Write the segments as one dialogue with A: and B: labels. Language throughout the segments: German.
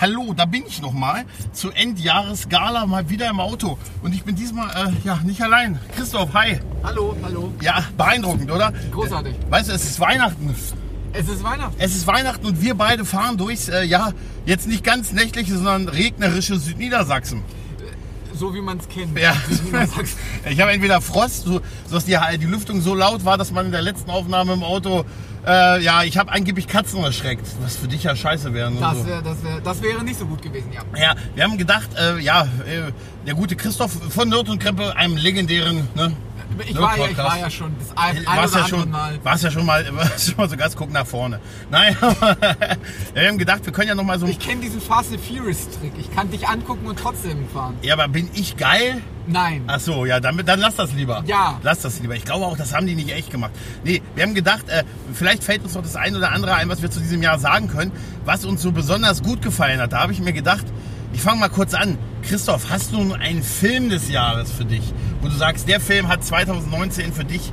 A: Hallo, da bin ich nochmal zur Endjahresgala mal wieder im Auto. Und ich bin diesmal äh, ja, nicht allein. Christoph, hi.
B: Hallo, hallo.
A: Ja, beeindruckend, oder?
B: Großartig.
A: Äh, Weißt du, es ist Weihnachten.
B: Es ist Weihnachten.
A: Es ist Weihnachten und wir beide fahren durchs, äh, ja, jetzt nicht ganz nächtliche, sondern regnerische Südniedersachsen.
B: So wie man es kennt.
A: Ja.
B: Wie man sagt.
A: Ich habe entweder Frost, so, dass die, äh, die Lüftung so laut war, dass man in der letzten Aufnahme im Auto, äh, ja, ich habe angeblich Katzen erschreckt, was für dich ja scheiße wäre. und
B: Das,
A: so.
B: wär, das, wär, das wäre nicht so gut gewesen, ja.
A: Ja, wir haben gedacht, äh, ja, äh, der gute Christoph von Nürth und Krempe, einem legendären, ne?
B: Ich,
A: Ne,
B: war ja, ich
A: Podcast.
B: war ja schon das ein, ein
A: Warst
B: oder
A: ja,
B: andere
A: schon,
B: Mal.
A: warst ja schon mal, warst schon mal so ganz gucken nach vorne. Nein, wir haben gedacht, wir können ja noch mal so.
B: Ich kenne diesen Fast and Furious Trick. Ich kann dich angucken und trotzdem fahren.
A: Ja, aber bin ich geil?
B: Nein.
A: Ach so, ja, dann, dann lass das lieber.
B: Ja.
A: Lass das lieber. Ich glaube auch, das haben die nicht echt gemacht. Nee, wir haben gedacht, äh, vielleicht fällt uns noch das ein oder andere ein, was wir zu diesem Jahr sagen können, was uns so besonders gut gefallen hat. Da habe ich mir gedacht, ich fange mal kurz an. Christoph, hast du nun einen Film des Jahres für dich? Wo du sagst, der Film hat 2019 für dich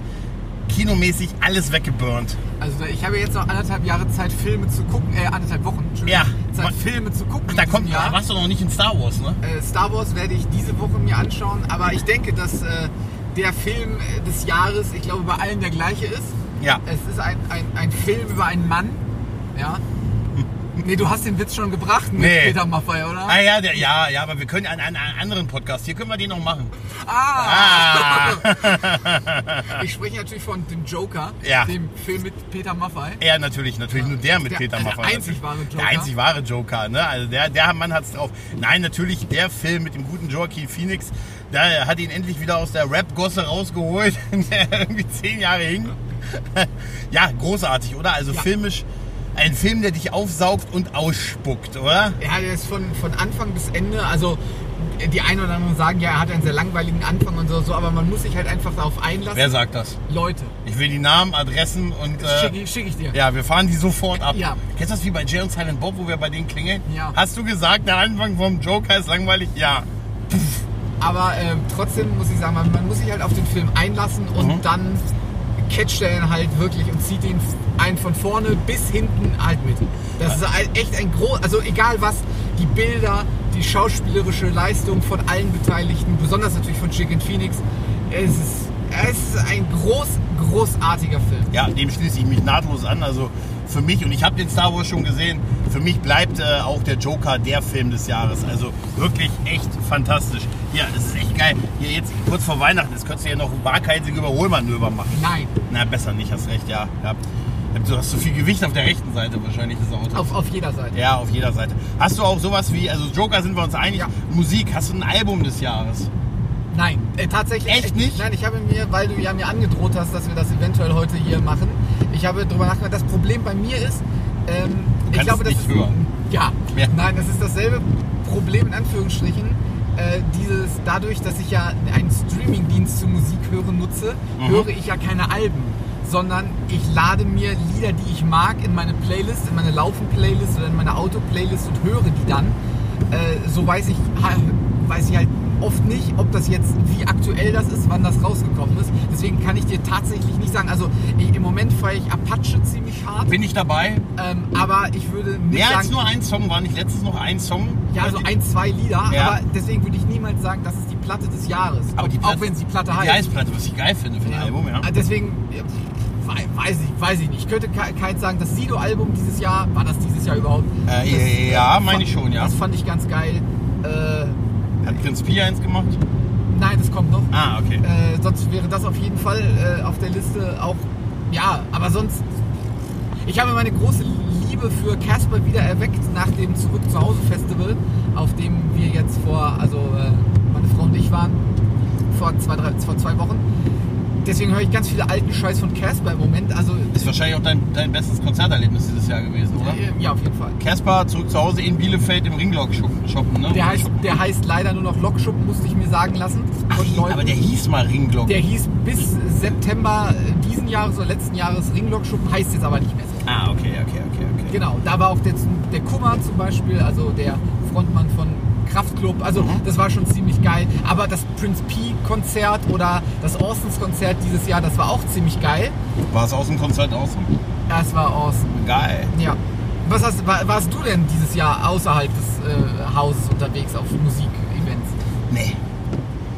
A: kinomäßig alles weggeburnt.
B: Also ich habe jetzt noch anderthalb Jahre Zeit, Filme zu gucken. Äh, anderthalb Wochen. Entschuldigung.
A: Ja.
B: Zeit,
A: Man-
B: Filme zu gucken.
A: Ach, da
B: in
A: kommt,
B: diesem Jahr.
A: da warst du noch nicht in Star Wars, ne?
B: Äh, Star Wars werde ich diese Woche mir anschauen, aber ich denke, dass äh, der Film äh, des Jahres, ich glaube, bei allen der gleiche ist.
A: Ja.
B: Es ist ein, ein, ein Film über einen Mann. Ja. Nee, du hast den Witz schon gebracht mit
A: Nee.
B: Peter Maffay, oder?
A: Ah ja, der, ja, ja, aber wir können einen, einen, einen anderen Podcast. Hier können wir den noch machen.
B: Ah! ich spreche natürlich von dem Joker,
A: Ja.
B: dem Film mit Peter Maffay.
A: Er natürlich, natürlich nur der mit
B: Der- also
A: Peter
B: der
A: Maffay.
B: einzig wahre Joker.
A: Der einzig wahre Joker, ne? Also der, der Mann hat's drauf. Nein, natürlich der Film mit dem guten Joaquin Phoenix, der hat ihn endlich wieder aus der Rap-Gosse rausgeholt, in der er irgendwie zehn Jahre hing. Ja, großartig, oder? Also
B: Ja.
A: filmisch ein Film, der dich aufsaugt und ausspuckt, oder?
B: Ja, der ist von, von Anfang bis Ende, also die einen oder anderen sagen, ja, er hat einen sehr langweiligen Anfang und so, so aber man muss sich halt einfach darauf einlassen.
A: Wer sagt das?
B: Leute,
A: Ich will die Namen, Adressen und.
B: das
A: Äh,
B: schicke ich- schicke ich dir.
A: ja, wir fahren die sofort ab.
B: Ja.
A: Kennst du das wie bei Jay und Silent Bob, wo wir bei denen klingeln?
B: Ja.
A: Hast du gesagt, der Anfang vom Joker ist langweilig? Ja.
B: Aber ähm, trotzdem muss ich sagen, man, man muss sich halt auf den Film einlassen und
A: Mhm.
B: dann catcht er ihn halt wirklich und zieht ihn einen von vorne bis hinten halt mit. Das ist halt echt ein groß, also egal was, die Bilder, die schauspielerische Leistung von allen Beteiligten, besonders natürlich von Chicken Phoenix, es ist, es ist ein groß, großartiger Film.
A: Ja, dem schließe ich mich nahtlos an. Also für mich, und ich habe den Star Wars schon gesehen, für mich bleibt äh, auch der Joker der Film des Jahres. Also wirklich echt fantastisch. Ja, es ist echt geil. Hier jetzt kurz vor Weihnachten, jetzt könntest du ja noch waghalsige Überholmanöver machen.
B: Nein,
A: Na, besser nicht, hast recht, ja. ja. Du hast so viel Gewicht auf der rechten Seite wahrscheinlich, das Auto.
B: auf, auf jeder Seite.
A: ja, auf jeder Seite. Hast du auch sowas wie, also Joker sind wir uns einig,
B: Ja.
A: Musik, hast du ein Album des Jahres?
B: Nein, äh, tatsächlich.
A: Echt nicht?
B: Nein, ich habe mir, weil du ja mir angedroht hast, dass wir das eventuell heute hier machen, ich habe darüber nachgedacht. Das Problem bei mir ist, ähm, ich
A: kannst
B: glaube,
A: es
B: das
A: nicht
B: ist,
A: hören.
B: Ja,
A: Ja.
B: nein, das ist dasselbe Problem in Anführungsstrichen. Äh, dieses, dadurch, dass ich ja einen Streamingdienst zum Musik hören nutze,
A: Mhm.
B: höre ich ja keine Alben, sondern ich lade mir Lieder, die ich mag, in meine Playlist, in meine Laufen-Playlist oder in meine Auto-Playlist und höre die dann. Äh, so weiß ich, ha- weiß ich halt oft nicht, ob das jetzt, wie aktuell das ist, wann das rausgekommen ist. Deswegen kann ich dir tatsächlich nicht sagen. Also ich, im Moment feiere ich Apache ziemlich hart,
A: Bin ich dabei?
B: ähm, aber ich würde nicht
A: Mehr
B: sagen...
A: als nur ein Song, war nicht letztens noch ein Song?
B: Ja, also ein, zwei Lieder,
A: Ja.
B: aber deswegen würde ich niemals sagen, das ist die Platte des Jahres.
A: Aber die
B: auch,
A: Platte-
B: auch wenn sie Platte
A: Die
B: heißt.
A: Eisplatte, was ich geil finde für ein
B: Ja.
A: Album, ja.
B: Ah, Deswegen ja, wei- weiß ich, weiß ich nicht. Ich könnte ke- keins sagen, das Sido-Album dieses Jahr, war das dieses Jahr überhaupt?
A: Äh,
B: das,
A: ja,
B: äh,
A: meine
B: fa-
A: ich schon, ja.
B: Das fand ich ganz geil. Äh,
A: Hat Prinz Pia eins gemacht?
B: nein, das kommt noch.
A: Ah, okay.
B: Äh, sonst wäre das auf jeden Fall äh, auf der Liste auch. Ja, aber sonst. Ich habe meine große Liebe für Casper wieder erweckt nach dem Zurück zu Hause Festival, auf dem wir jetzt vor, also äh, meine Frau und ich waren, vor zwei, drei, vor zwei Wochen. Deswegen höre ich ganz viele alten Scheiß von Casper im Moment. Also,
A: Ist wahrscheinlich auch dein, dein bestes Konzerterlebnis dieses Jahr gewesen, oder?
B: äh, ja, auf jeden Fall.
A: Caspar zurück zu Hause in Bielefeld im Ringlock shop- shoppen, ne?
B: Der heißt,
A: Shoppen.
B: der heißt leider nur noch Lokschuppen, musste ich mir sagen lassen.
A: Ach,
B: Von Leuten.
A: aber der hieß mal Ringlock.
B: der hieß bis September diesen Jahres oder letzten Jahres Ringlokschuppen, heißt jetzt aber nicht mehr so.
A: ah, okay, okay, okay, okay.
B: Genau, da war auch der, der Kummer zum Beispiel, also der Frontmann von Kraftklub. Also
A: Mhm.
B: das war schon ziemlich geil. Aber das Prince P-Konzert oder das Orsons-Konzert dieses Jahr, das war auch ziemlich geil.
A: War es aus dem Konzert aus?
B: Das war awesome.
A: Geil.
B: Ja. Was hast, wa- warst du denn dieses Jahr außerhalb des äh, Hauses unterwegs auf Musikevents?
A: Nee.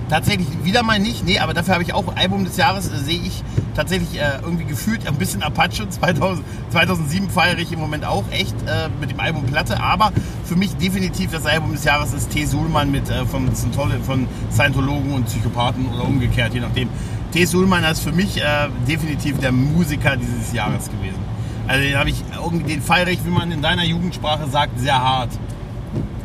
A: Tatsächlich wieder mal nicht. Nee, aber dafür habe ich auch Album des Jahres, äh, sehe ich tatsächlich äh, irgendwie gefühlt ein bisschen Apache. 2000, 2007 feiere ich im Moment auch echt äh, mit dem Album Platte. Aber für mich definitiv das Album des Jahres ist T. Sulman mit, äh, von, Scientolo- von Scientologen und Psychopathen oder umgekehrt, je nachdem. T. Sulman ist für mich äh, definitiv der Musiker dieses Jahres gewesen. Also den habe ich, irgendwie- den feiere ich, wie man in deiner Jugendsprache sagt, sehr hart.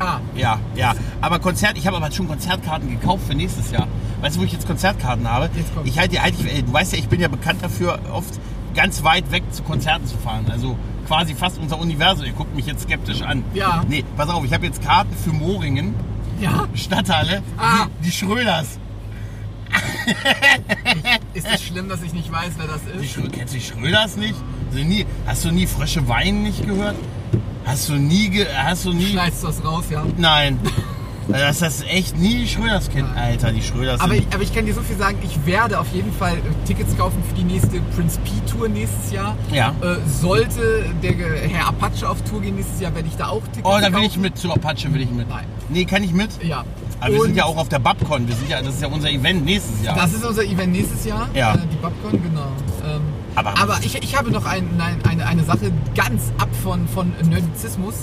B: Ah,
A: Ja, ja. Aber Konzert, ich habe aber schon Konzertkarten gekauft für nächstes Jahr. Weißt du, wo ich jetzt Konzertkarten habe?
B: Jetzt kommt's.
A: ich halte, halte ich, ey, du weißt ja, ich bin ja bekannt dafür, oft ganz weit weg zu Konzerten zu fahren. Also quasi fast unser Universum. Ihr guckt mich jetzt skeptisch an.
B: Ja.
A: Nee, pass auf, ich habe jetzt Karten für Moringen,
B: ja?
A: Stadthalle,
B: Ah.
A: die, die Schröders.
B: Ist es schlimm, dass ich nicht weiß, wer das
A: Die
B: ist?
A: Schrö kennst du die Schröders nicht? Hast du nie, hast du nie frische Wein nicht gehört? Hast du nie, ge hast du nie?
B: Schneidest du das raus, ja?
A: Nein. Also, dass das echt nie die Schröders kennt. Alter, die Schröders
B: Aber
A: sind
B: ich, aber ich kann dir so viel sagen, ich werde auf jeden Fall äh, Tickets kaufen für die nächste Prince P-Tour nächstes Jahr.
A: Ja.
B: Äh, sollte der Ge- Herr Apache auf Tour gehen nächstes Jahr, werde ich da auch Tickets
A: Oh, da
B: kaufen.
A: will ich mit. Zu Apache will ich mit.
B: Nein.
A: Nee, kann ich mit?
B: Ja.
A: Aber wir sind
B: Und
A: ja auch auf der Babcon. Wir sind ja, das ist ja unser Event nächstes Jahr.
B: Das ist unser Event nächstes Jahr.
A: Ja.
B: Äh, die Babcon, genau. Ähm,
A: Aber-
B: aber ich, ich habe noch ein, nein, eine, eine Sache ganz ab von, von Nerdizismus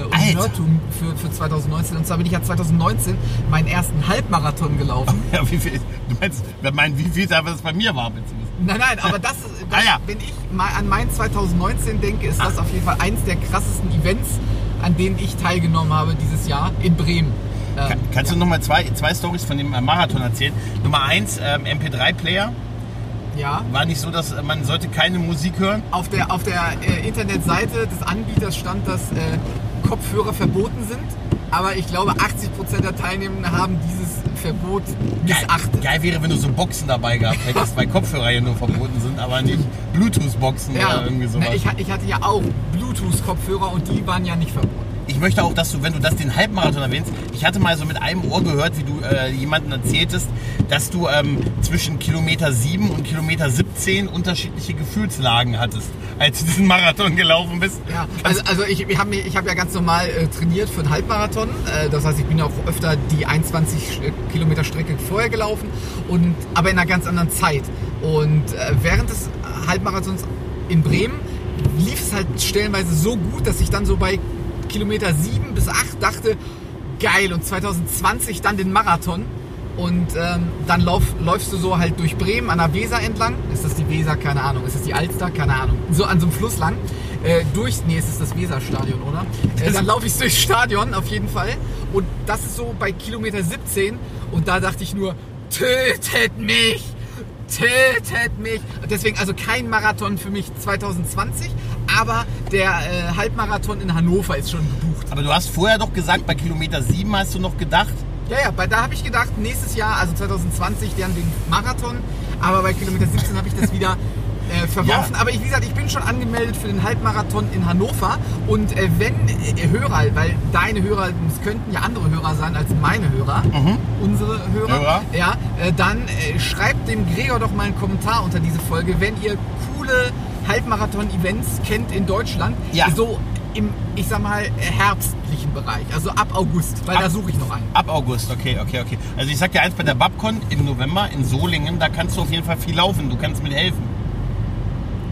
B: äh, und
A: Alter.
B: Nerdtum für, für 2019. Und zwar bin ich ja 2019 meinen ersten Halbmarathon gelaufen.
A: ja, wie viel, du meinst, wir meinen, wie viel da das bei mir war, willst du wissen?
B: Nein, nein, aber das, das
A: Ah, ja. Ah.
B: wenn ich mal an mein 2019 denke, ist das auf jeden Fall eins der krassesten Events, an denen ich teilgenommen habe dieses Jahr in Bremen. Ähm,
A: Ka- Kannst du nochmal zwei, zwei Stories von dem äh, Marathon erzählen? Nummer eins, ähm, MP3-Player.
B: ja.
A: War nicht so, dass äh, man sollte keine Musik hören.
B: Auf der, auf der äh, Internetseite des Anbieters stand, dass äh, Kopfhörer verboten sind, aber ich glaube 80% der Teilnehmenden haben dieses Verbot missachtet.
A: geil wäre, wenn du so Boxen dabei gehabt hättest, weil Kopfhörer ja nur verboten sind, aber nicht Bluetooth-Boxen oder irgendwie sowas.
B: Na, ich, ha- ich hatte ja auch Bluetooth-Kopfhörer und die waren ja nicht verboten.
A: Ich möchte auch, dass du, wenn du das den Halbmarathon erwähnst, ich hatte mal so mit einem Ohr gehört, wie du äh, jemanden erzähltest, dass du ähm, zwischen Kilometer 7 und Kilometer 17 unterschiedliche Gefühlslagen hattest, als du diesen Marathon gelaufen bist.
B: Ja, also, also ich, ich habe ich hab ja ganz normal äh, trainiert für einen Halbmarathon. Äh, das heißt, ich bin auch öfter die 21 Sch- Kilometer Strecke vorher gelaufen, und, aber in einer ganz anderen Zeit. Und äh, während des Halbmarathons in Bremen lief es halt stellenweise so gut, dass ich dann so bei Kilometer 7 bis 8 dachte, geil, und 2020 dann den Marathon. Und ähm, dann lauf, läufst du so halt durch Bremen an der Weser entlang. Ist das die Weser? Keine Ahnung. Ist das die Alster? Keine Ahnung. So an so einem Fluss lang. Äh, durch, nee, es ist das Weserstadion, oder? Äh, dann laufe ich durchs Stadion auf jeden Fall. Und das ist so bei Kilometer 17. Und da dachte ich nur, tötet mich! Tötet mich! Deswegen also kein Marathon für mich 2020. Aber der äh, Halbmarathon in Hannover ist schon gebucht.
A: Aber du hast vorher doch gesagt, bei Kilometer 7 hast du noch gedacht,
B: Ja, ja, bei, da habe ich gedacht, nächstes Jahr, also 2020, die haben den Marathon. Aber bei Kilometer 17 habe ich das wieder äh, verworfen.
A: Ja.
B: Aber ich, wie gesagt, ich bin schon angemeldet für den Halbmarathon in Hannover. Und äh, wenn äh, Hörer, weil deine Hörer, es könnten ja andere Hörer sein als meine Hörer, unsere Hörer,
A: Mhm. Hörer.
B: Ja, äh, dann äh, schreibt dem Gregor doch mal einen Kommentar unter diese Folge, wenn ihr coole Halbmarathon-Events kennt in Deutschland.
A: Ja.
B: So im, ich sag mal, herbstlichen Bereich, also ab August, weil
A: Ab-
B: da suche ich noch einen.
A: Ab August, okay, okay, okay. Also ich sag dir eins, bei der Babcon im November in Solingen, da kannst du auf jeden Fall viel laufen, du kannst mithelfen.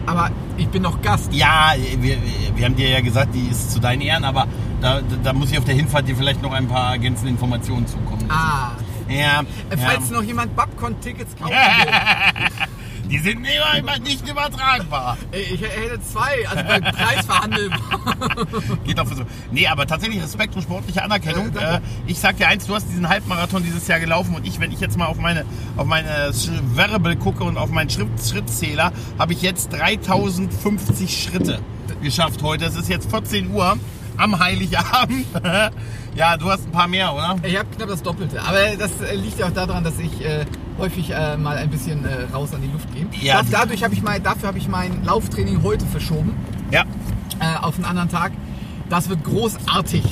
B: Aber ich bin noch Gast.
A: Ja, wir, wir haben dir ja gesagt, die ist zu deinen Ehren, aber da, da muss ich auf der Hinfahrt dir vielleicht noch ein paar ergänzende Informationen zukommen. lassen.
B: Ah.
A: Ja,
B: Äh,
A: ja.
B: Falls noch jemand Babcon-Tickets kaufen will.
A: die sind nicht, über- nicht übertragbar.
B: Äh, Ich hätte zwei, also beim Preis verhandelbar.
A: Geht auf so. Nee, aber tatsächlich Respekt und sportliche Anerkennung.
B: Äh,
A: Äh,
B: danke.
A: ich sag dir eins, du hast diesen Halbmarathon dieses Jahr gelaufen und ich, wenn ich jetzt mal auf meine, auf meine Wearable gucke und auf meinen Schritt, Schrittzähler, habe ich jetzt 3050 Schritte geschafft heute. Es ist jetzt 14 Uhr am Heiligabend. ja, du hast ein paar mehr, oder?
B: Ich habe knapp das Doppelte. Aber das äh, liegt ja auch daran, dass ich äh, häufig äh, mal ein bisschen äh, raus an die Luft gehe.
A: Ja.
B: Das, dadurch habe ich mal, dafür habe ich mein Lauftraining heute verschoben
A: Ja.
B: äh, auf einen anderen Tag. Das wird großartig.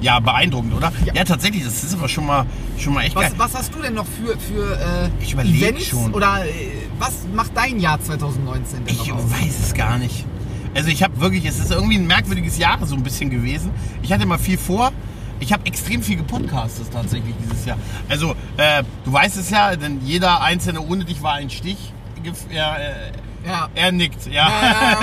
A: Ja, beeindruckend, oder? Ja,
B: Ja.
A: tatsächlich, das ist aber schon mal, schon mal echt geil.
B: Was, was hast du denn noch für, für äh,
A: Ich überleg
B: Events?
A: schon.
B: Oder äh, was macht dein Jahr 2019 denn
A: Ich
B: noch aus?
A: weiß es gar nicht. Also ich habe wirklich, es ist irgendwie ein merkwürdiges Jahr so ein bisschen gewesen. Ich hatte mal viel vor. Ich habe extrem viel gepodcastet tatsächlich dieses Jahr. Also äh, du weißt es ja, denn jeder einzelne ohne dich war ein Stich. Gef- Ja, äh,
B: Ja.
A: er nickt, ja.
B: Ja,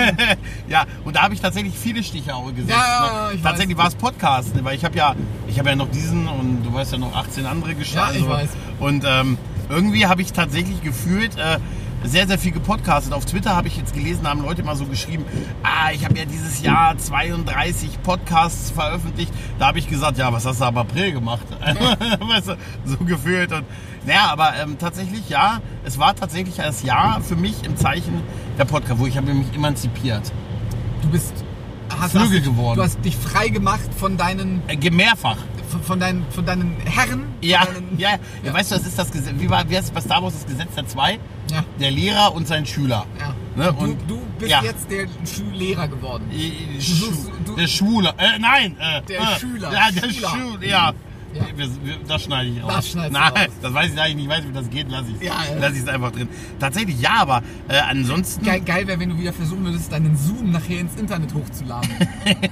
B: ja,
A: ja, und da habe ich tatsächlich viele Stiche auch gesetzt.
B: Ja, ja, ja,
A: ne?
B: ich
A: tatsächlich war es Podcast, ne? weil ich habe ja, ich habe ja noch diesen und du weißt ja noch 18 andere
B: Ja,
A: gestartet.
B: ich weiß.
A: Und ähm, irgendwie habe ich tatsächlich gefühlt äh, sehr, sehr viel gepodcastet. Auf Twitter habe ich jetzt gelesen, haben Leute mal so geschrieben, ah, ich habe ja dieses Jahr 32 Podcasts veröffentlicht. Da habe ich gesagt, ja, was hast du am April gemacht? weißt du, so gefühlt. Und, naja, aber ähm, tatsächlich, ja, es war tatsächlich das Jahr für mich im Zeichen der Podcast, wo ich habe mich emanzipiert.
B: Du bist hast,
A: Flügel
B: hast dich,
A: geworden.
B: Du hast dich frei gemacht von deinen
A: Äh, ge- mehrfach.
B: von, von deinen von deinen Herren.
A: Ja,
B: Von deinen,
A: ja, ja, Weißt du, das ist das Gesetz. Wie, war, wie heißt es bei Star Wars das Gesetz der zwei?
B: ja.
A: Der Lehrer und sein Schüler.
B: ja.
A: Ne,
B: Du,
A: und-
B: du bist
A: ja.
B: jetzt der Schullehrer geworden.
A: Äh,
B: Du-
A: Schu-
B: du-
A: der Schwule. Äh, nein. Äh,
B: Der
A: äh,
B: Schüler.
A: Ja, der
B: Schüler.
A: Schüler. Ja.
B: Ja.
A: Wir, wir, das schneide ich raus.
B: Das schneidest du
A: Nein,
B: raus.
A: das weiß ich, da ich nicht weiß, wie das geht, lasse ich es.
B: Ja, ja.
A: Lasse ich es einfach drin. Tatsächlich ja, aber äh, ansonsten.
B: Geil, geil wäre, wenn du wieder versuchen würdest, deinen Zoom nachher ins Internet hochzuladen.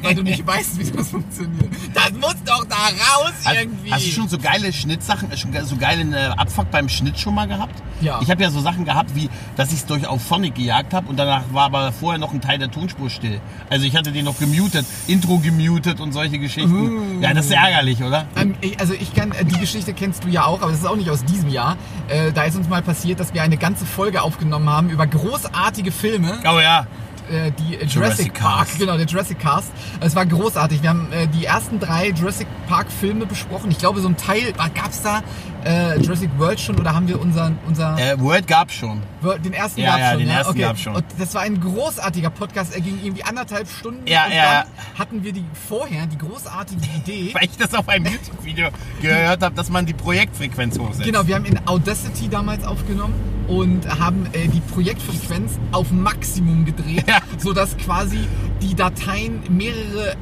B: weil du nicht weißt, wie das funktioniert. Das muss doch da raus
A: Hast,
B: irgendwie.
A: Also, hast du schon so geile Schnittsachen, äh, schon ge- so geilen äh, Abfuck beim Schnitt schon mal gehabt?
B: Ja.
A: Ich habe ja so Sachen gehabt, wie, dass ich es durch auf Sonic gejagt habe und danach war aber vorher noch ein Teil der Tonspur still. Also ich hatte den noch gemutet, Intro gemutet und solche
B: Hm.
A: Geschichten. Ja, das ist ärgerlich, oder?
B: Ähm, ich, also ich kann, äh, die Geschichte kennst du ja auch, aber das ist auch nicht aus diesem Jahr. Äh, da ist uns mal passiert, dass wir eine ganze Folge aufgenommen haben über großartige Filme,
A: Oh ja.
B: äh, die äh, Jurassic,
A: Jurassic
B: Park,
A: Cast.
B: genau, der Jurassic Cast. Es war großartig. Wir haben äh, die ersten drei Jurassic Park Filme besprochen. Ich glaube, so ein Teil, gab es da äh, Jurassic World schon oder haben wir unseren, unser,
A: Äh, Word gab schon.
B: den ersten
A: ja,
B: gab
A: ja,
B: schon?
A: den
B: ja,
A: ersten
B: okay.
A: gab's schon.
B: Und das war ein großartiger Podcast. Er ging irgendwie anderthalb Stunden.
A: Ja,
B: und
A: ja.
B: dann hatten wir die vorher die großartige Idee.
A: Weil ich das auf einem YouTube-Video gehört habe, dass man die Projektfrequenz hochsetzt.
B: Genau, wir haben in Audacity damals aufgenommen und haben äh, die Projektfrequenz auf Maximum gedreht,
A: Ja.
B: sodass quasi die Dateien mehrere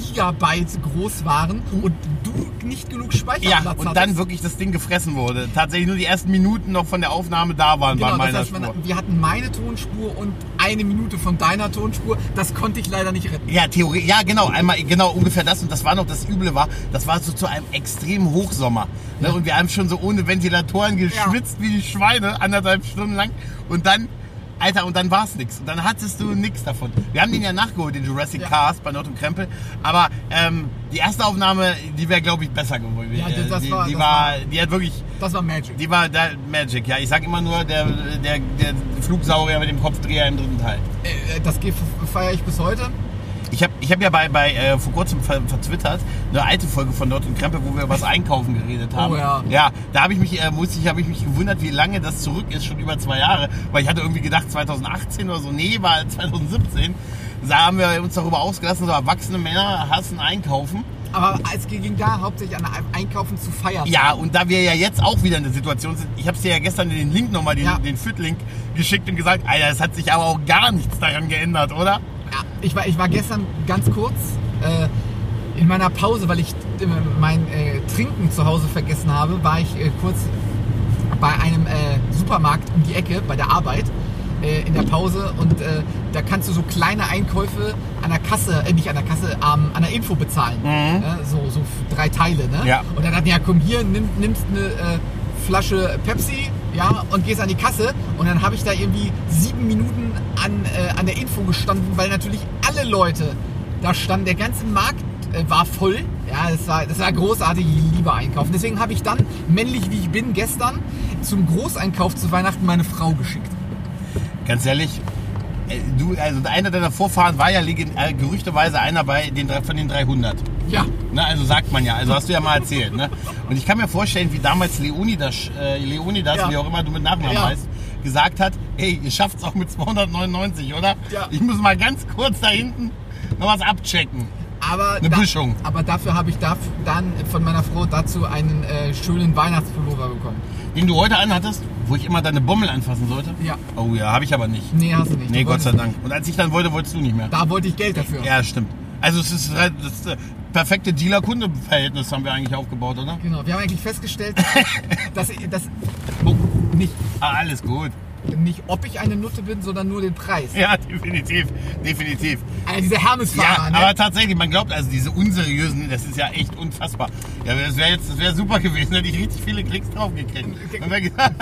B: Gigabyte groß waren und du nicht genug Speicherplatz
A: Uh. Ja, und
B: hattest.
A: dann wirklich das Ding gefressen wurde. Tatsächlich nur die ersten Minuten noch von der Aufnahme da waren bei
B: Genau, das
A: meiner
B: heißt,
A: Spur.
B: man, wir hatten meine Tonspur und eine Minute von deiner Tonspur. Das konnte ich leider nicht retten.
A: Ja, Theorie, ja genau, einmal genau ungefähr das und das war noch das Üble war, das war so zu einem extremen Hochsommer. Ne? Und wir haben schon so ohne Ventilatoren geschwitzt wie die Schweine, anderthalb Stunden lang. Und dann, Alter, und dann war's nix. Und dann hattest du nix davon. Wir haben den ja nachgeholt, den Jurassic
B: Ja.
A: Cast bei Nord und Krempel. Aber ähm, die erste Aufnahme, die wäre, glaube ich, besser geworden.
B: Ja,
A: Äh,
B: das
A: die,
B: war-
A: die
B: das
A: war, die hat wirklich,
B: Das war Magic.
A: die war der Magic. Ja, ich sag immer nur, der, der, der Flugsaurier mit dem Kopfdreher im dritten Teil.
B: Äh, das ge- feiere ich bis heute.
A: Ich habe ich hab ja bei, bei äh, vor kurzem ver verzwittert eine alte Folge von Nord und Krempe, wo wir über das Einkaufen geredet haben.
B: Oh ja.
A: Ja, da habe ich mich äh, muss ich habe ich mich gewundert, wie lange das zurück ist, schon über zwei Jahre, weil ich hatte irgendwie gedacht 2018 oder so, nee, war 2017. Da haben wir uns darüber ausgelassen, so erwachsene Männer hassen Einkaufen.
B: Aber es ging da hauptsächlich an Einkaufen zu feiern.
A: Ja, und da wir ja jetzt auch wieder in der Situation sind, ich habe dir ja gestern den Link nochmal, den,
B: Ja.
A: den Fit-Link geschickt und gesagt, Alter, es hat sich aber auch gar nichts daran geändert, oder?
B: Ja, ich war, ich war gestern ganz kurz äh, in meiner Pause, weil ich äh, mein äh, Trinken zu Hause vergessen habe, war ich äh, kurz bei einem äh, Supermarkt um die Ecke bei der Arbeit äh, in der Pause und äh, da kannst du so kleine Einkäufe an der Kasse, äh, nicht an der Kasse, ähm, an der Info bezahlen. Ja, so, so f- drei Teile, ne?
A: Ja.
B: Und dann dachte ich, ja komm hier, nimm, nimmst eine äh, Flasche Pepsi, ja, und gehst an die Kasse und dann habe ich da irgendwie sieben Minuten an, äh, an der Info gestanden, weil natürlich alle Leute da standen, der ganze Markt äh, war voll. Ja, das war, das war großartig, ich liebe einkaufen. Deswegen habe ich dann, männlich wie ich bin, gestern zum Großeinkauf zu Weihnachten meine Frau geschickt.
A: Ganz ehrlich, äh, du, also einer deiner Vorfahren war ja legend, äh, gerüchteweise einer bei den, drei- von den 300.
B: Ja,
A: Ne, also sagt man ja, also hast du ja mal erzählt. Ne? Und ich kann mir vorstellen, wie damals Leonidas, äh, Leonidas
B: Ja.
A: wie auch immer du mit Nachnamen
B: Ja.
A: heißt, gesagt hat, hey, ihr schafft's auch mit 299, oder?
B: Ja.
A: Ich muss mal ganz kurz da hinten noch was abchecken.
B: aber...
A: Eine Böschung.
B: Aber dafür habe ich daf dann von meiner Frau dazu einen äh, schönen Weihnachtspullover bekommen.
A: Den du heute anhattest, wo ich immer deine Bommel anfassen sollte?
B: Ja.
A: Oh ja, habe ich aber nicht.
B: Nee, hast du nicht.
A: Nee,
B: Du
A: Gott sei
B: wolltest-
A: Dank. Und als ich dann wollte, wolltest du nicht mehr.
B: Da wollte ich Geld dafür.
A: Ja, stimmt. Also es ist re- das äh, perfekte Dealer-Kunde-Verhältnis haben wir eigentlich aufgebaut, oder?
B: Genau, wir haben eigentlich festgestellt, dass, dass oh, nicht.
A: Ah, alles gut.
B: nicht, ob ich eine Nutte bin, sondern nur den Preis.
A: Ja, definitiv, definitiv.
B: Also diese Hermesfahrer,
A: Ja,
B: ne?
A: aber tatsächlich, man glaubt also diese unseriösen, das ist ja echt unfassbar. Ja, das wäre jetzt, das wäre super gewesen, hätte ich richtig viele Klicks drauf gekriegt. Und wir gesagt-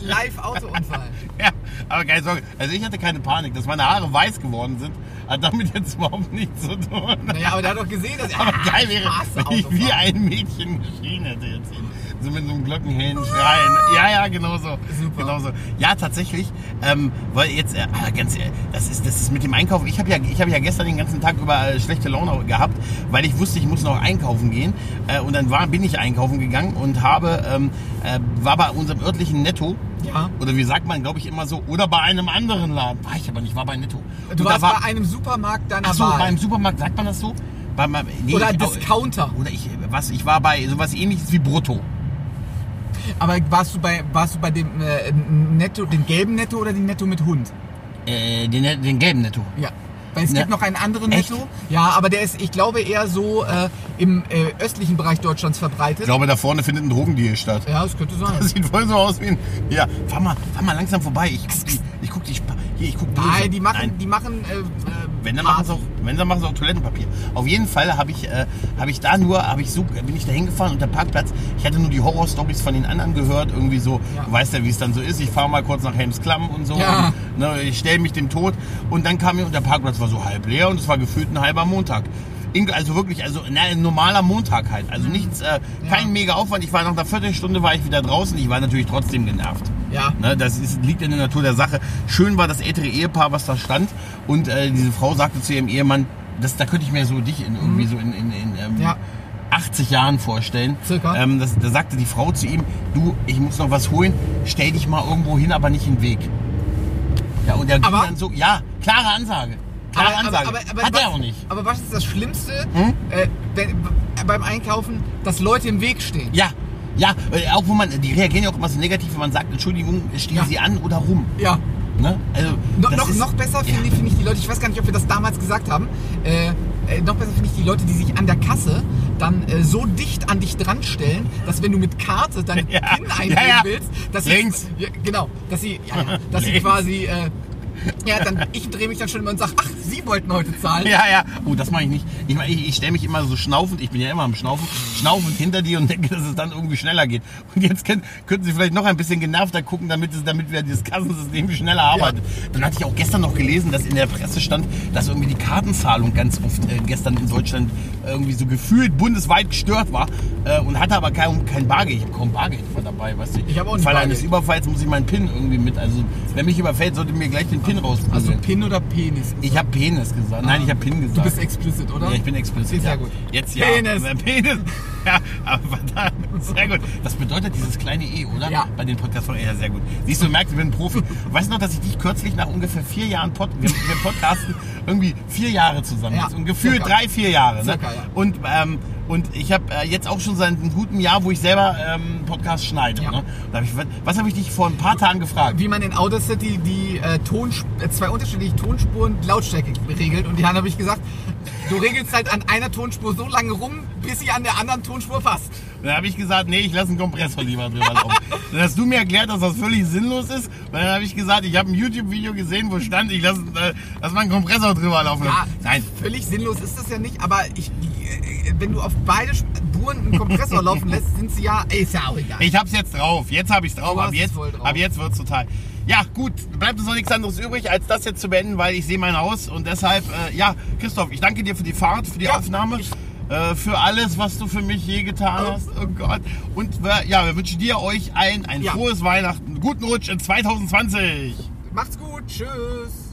B: Li- Live-Autounfall.
A: ja, aber keine Sorge, also ich hatte keine Panik, dass meine Haare weiß geworden sind, hat damit jetzt überhaupt nichts zu tun.
B: naja, aber der hat doch gesehen, dass
A: Aber
B: Ah,
A: geil wäre,
B: Straße,
A: wenn ich wie
B: Autofahren.
A: ein Mädchen geschrien hätte jetzt eben. So mit so einem glockenhellen Schreien. Ja, ja, genau so.
B: Super.
A: Genau so. Ja, tatsächlich. Ähm, weil jetzt, äh, aber ganz ehrlich, das ist, das ist mit dem Einkaufen. Ich habe ja, ich hab ja gestern den ganzen Tag über äh, schlechte Laune gehabt, weil ich wusste, ich muss noch einkaufen gehen. Äh, und dann war, bin ich einkaufen gegangen und habe, ähm, äh, war bei unserem örtlichen Netto.
B: Ja.
A: Oder wie sagt man, glaube ich, immer so. Oder bei einem anderen Laden. War ich aber nicht, war bei Netto. Und
B: Du
A: da
B: warst
A: war,
B: bei einem Supermarkt deiner
A: Ach so,
B: Wahl.
A: beim Supermarkt sagt man das so? Bei, bei, nee,
B: Oder
A: ich-
B: Discounter.
A: Oder ich, was, ich war bei sowas ähnliches wie Brutto.
B: Aber warst du bei, warst du bei dem äh, Netto, dem gelben Netto oder dem Netto mit Hund?
A: Äh, den, den gelben Netto.
B: Ja. Weil es
A: Ne.
B: gibt noch einen anderen
A: Echt?
B: Netto. Ja, aber der ist, ich glaube, eher so äh, im äh, östlichen Bereich Deutschlands
A: Ich
B: verbreitet.
A: glaube, da vorne findet ein Drogendeal statt.
B: Ja, das könnte sein.
A: Das sieht voll so aus wie ein. Ja, fahr mal, fahr mal langsam vorbei. Ich guck die. Ich guck die. Spa- Hier, ich guck
B: Nein, die machen,
A: Nein.
B: die machen. Äh, äh,
A: Wenn dann machen sie auch,
B: Party.
A: wenn dann machen sie auch Toilettenpapier. Auf jeden Fall habe ich, äh, habe ich da nur, habe ich so, bin ich da hingefahren und der Parkplatz. Ich hatte nur die Horror-Stories von den anderen gehört, irgendwie so.
B: Ja.
A: Du weißt ja, wie es dann so ist. Ich fahre mal kurz nach Helms Klamm und so.
B: Ja.
A: Und, ne, ich stelle mich dem Tod und dann kam mir und der Parkplatz war so halb leer und es war gefühlt ein halber Montag. In- Also wirklich, also na, ein normaler Montag halt. Also
B: Mhm.
A: nichts, äh, kein mega Aufwand. Ich war nach einer Viertelstunde war ich wieder draußen. Ich war natürlich trotzdem genervt.
B: Ja.
A: Ne, das ist, liegt in der Natur der Sache. Schön war das ältere Ehepaar, was da stand. Und äh, diese Frau sagte zu ihrem Ehemann, das, da könnte ich mir so dich in, irgendwie so in, in, in ähm,
B: Mhm. Ja.
A: 80 Jahren vorstellen.
B: Circa.
A: Ähm, das, da sagte die Frau zu ihm, du, ich muss noch was holen, stell dich mal irgendwo hin, aber nicht in den Weg. Ja, und er ging
B: Aber-
A: dann so, ja, klare Ansage. Klare Ansage. Hat
B: was,
A: er auch nicht.
B: Aber was ist das Schlimmste
A: Hm?
B: äh, wenn, beim Einkaufen, dass Leute im Weg stehen?
A: Ja. Ja, äh, auch wo man, die reagieren ja auch immer so negativ, wenn man sagt, Entschuldigung, stehen
B: Ja.
A: Sie an oder rum.
B: Ja.
A: Ne? Also,
B: No,
A: das
B: noch,
A: ist-
B: noch besser finde
A: ja.
B: ich- finde ich die Leute, ich weiß gar nicht, ob wir das damals gesagt haben, äh, äh, noch besser finde ich die Leute, die sich an der Kasse dann äh, so dicht an dich dran stellen, dass wenn du mit Karte deine
A: Ja.
B: PIN eingeben
A: Ja, ja.
B: willst, dass
A: Links.
B: sie... Ja, genau, dass sie, ja, ja, dass sie
A: Links.
B: quasi... Äh, ja, dann ich drehe mich dann schon immer und sage, ach, Sie wollten heute zahlen.
A: Ja, ja. Oh, das mache ich nicht. Ich, mein, ich, ich stelle mich immer so schnaufend, ich bin ja immer am Schnaufen, schnaufend hinter dir und denke, dass es dann irgendwie schneller geht. Und jetzt können, könnten Sie vielleicht noch ein bisschen genervter gucken, damit, es, damit wir dieses Kassensystem schneller arbeitet. Dann hatte ich auch gestern noch gelesen, dass in der Presse stand, dass irgendwie die Kartenzahlung ganz oft äh, gestern in Deutschland irgendwie so gefühlt bundesweit gestört war äh, und hatte aber kein, kein Bargeld. Ich habe kaum Bargeld immer dabei, weißt du.
B: Ich hab auch
A: Im
B: nicht
A: Fall eines
B: Bargeld.
A: Überfalls muss ich meinen Pin irgendwie mit. Also, wer mich überfällt, sollte mir gleich den Pin rausprügeln.
B: Also PIN oder Penis?
A: Ich habe Penis gesagt. Nein, ich habe Pin gesagt.
B: Du bist explicit, oder?
A: Ja, ich bin explizit.
B: Ist ja
A: ja.
B: gut.
A: Jetzt ja.
B: Penis.
A: Penis. Ja, aber verdammt. Sehr gut. Das bedeutet dieses kleine E, oder?
B: Ja.
A: Bei den Podcasts von ja, sehr gut. Siehst du, du merkst, ich bin ein Profi. Weißt du noch, dass ich dich kürzlich nach ungefähr vier Jahren Pod wir, wir podcasten irgendwie vier Jahre zusammen.
B: Ja,
A: Ja, und gefühlt
B: circa.
A: drei, vier Jahre. Ne?
B: Circa, ja.
A: Und, ähm, und ich habe äh, jetzt auch schon seit einem guten Jahr, wo ich selber ähm, Podcast schneide.
B: Ja.
A: Ne? Da hab ich, was habe ich dich vor ein paar Tagen gefragt?
B: wie man in Outer City die äh, Tonsp äh, zwei unterschiedliche Tonspuren Lautstärke regelt. Und Jan habe ich gesagt, du regelst halt an einer Tonspur so lange rum, bis sie an der anderen Tonspur passt.
A: Dann habe ich gesagt, nee, ich lasse einen Kompressor lieber drüber laufen. dann hast du mir erklärt, dass das völlig sinnlos ist. Und dann habe ich gesagt, ich habe ein YouTube-Video gesehen, wo stand, ich lasse äh, lass mal einen Kompressor drüber laufen.
B: Ja,
A: Nein.
B: Völlig sinnlos ist das ja nicht, aber ich, äh, wenn du auf beide Spuren einen Kompressor laufen lässt, sind sie ja, ist ja auch egal.
A: Ich hab's jetzt drauf. Jetzt habe ich's drauf.
B: Du hast
A: Ab
B: es
A: jetzt,
B: voll drauf.
A: ab jetzt wird's total. Ja, gut. Bleibt uns noch nichts anderes übrig, als das jetzt zu beenden, weil ich sehe mein Haus. Und deshalb, äh, ja, Christoph, ich danke dir für die Fahrt, für die
B: Ja,
A: Aufnahme. äh, Für alles, was du für mich je getan hast. Oh Gott. Und wir- ja, wir wünschen dir, euch allen ein
B: Ja.
A: frohes Weihnachten, einen guten Rutsch in 2020.
B: Macht's gut, tschüss.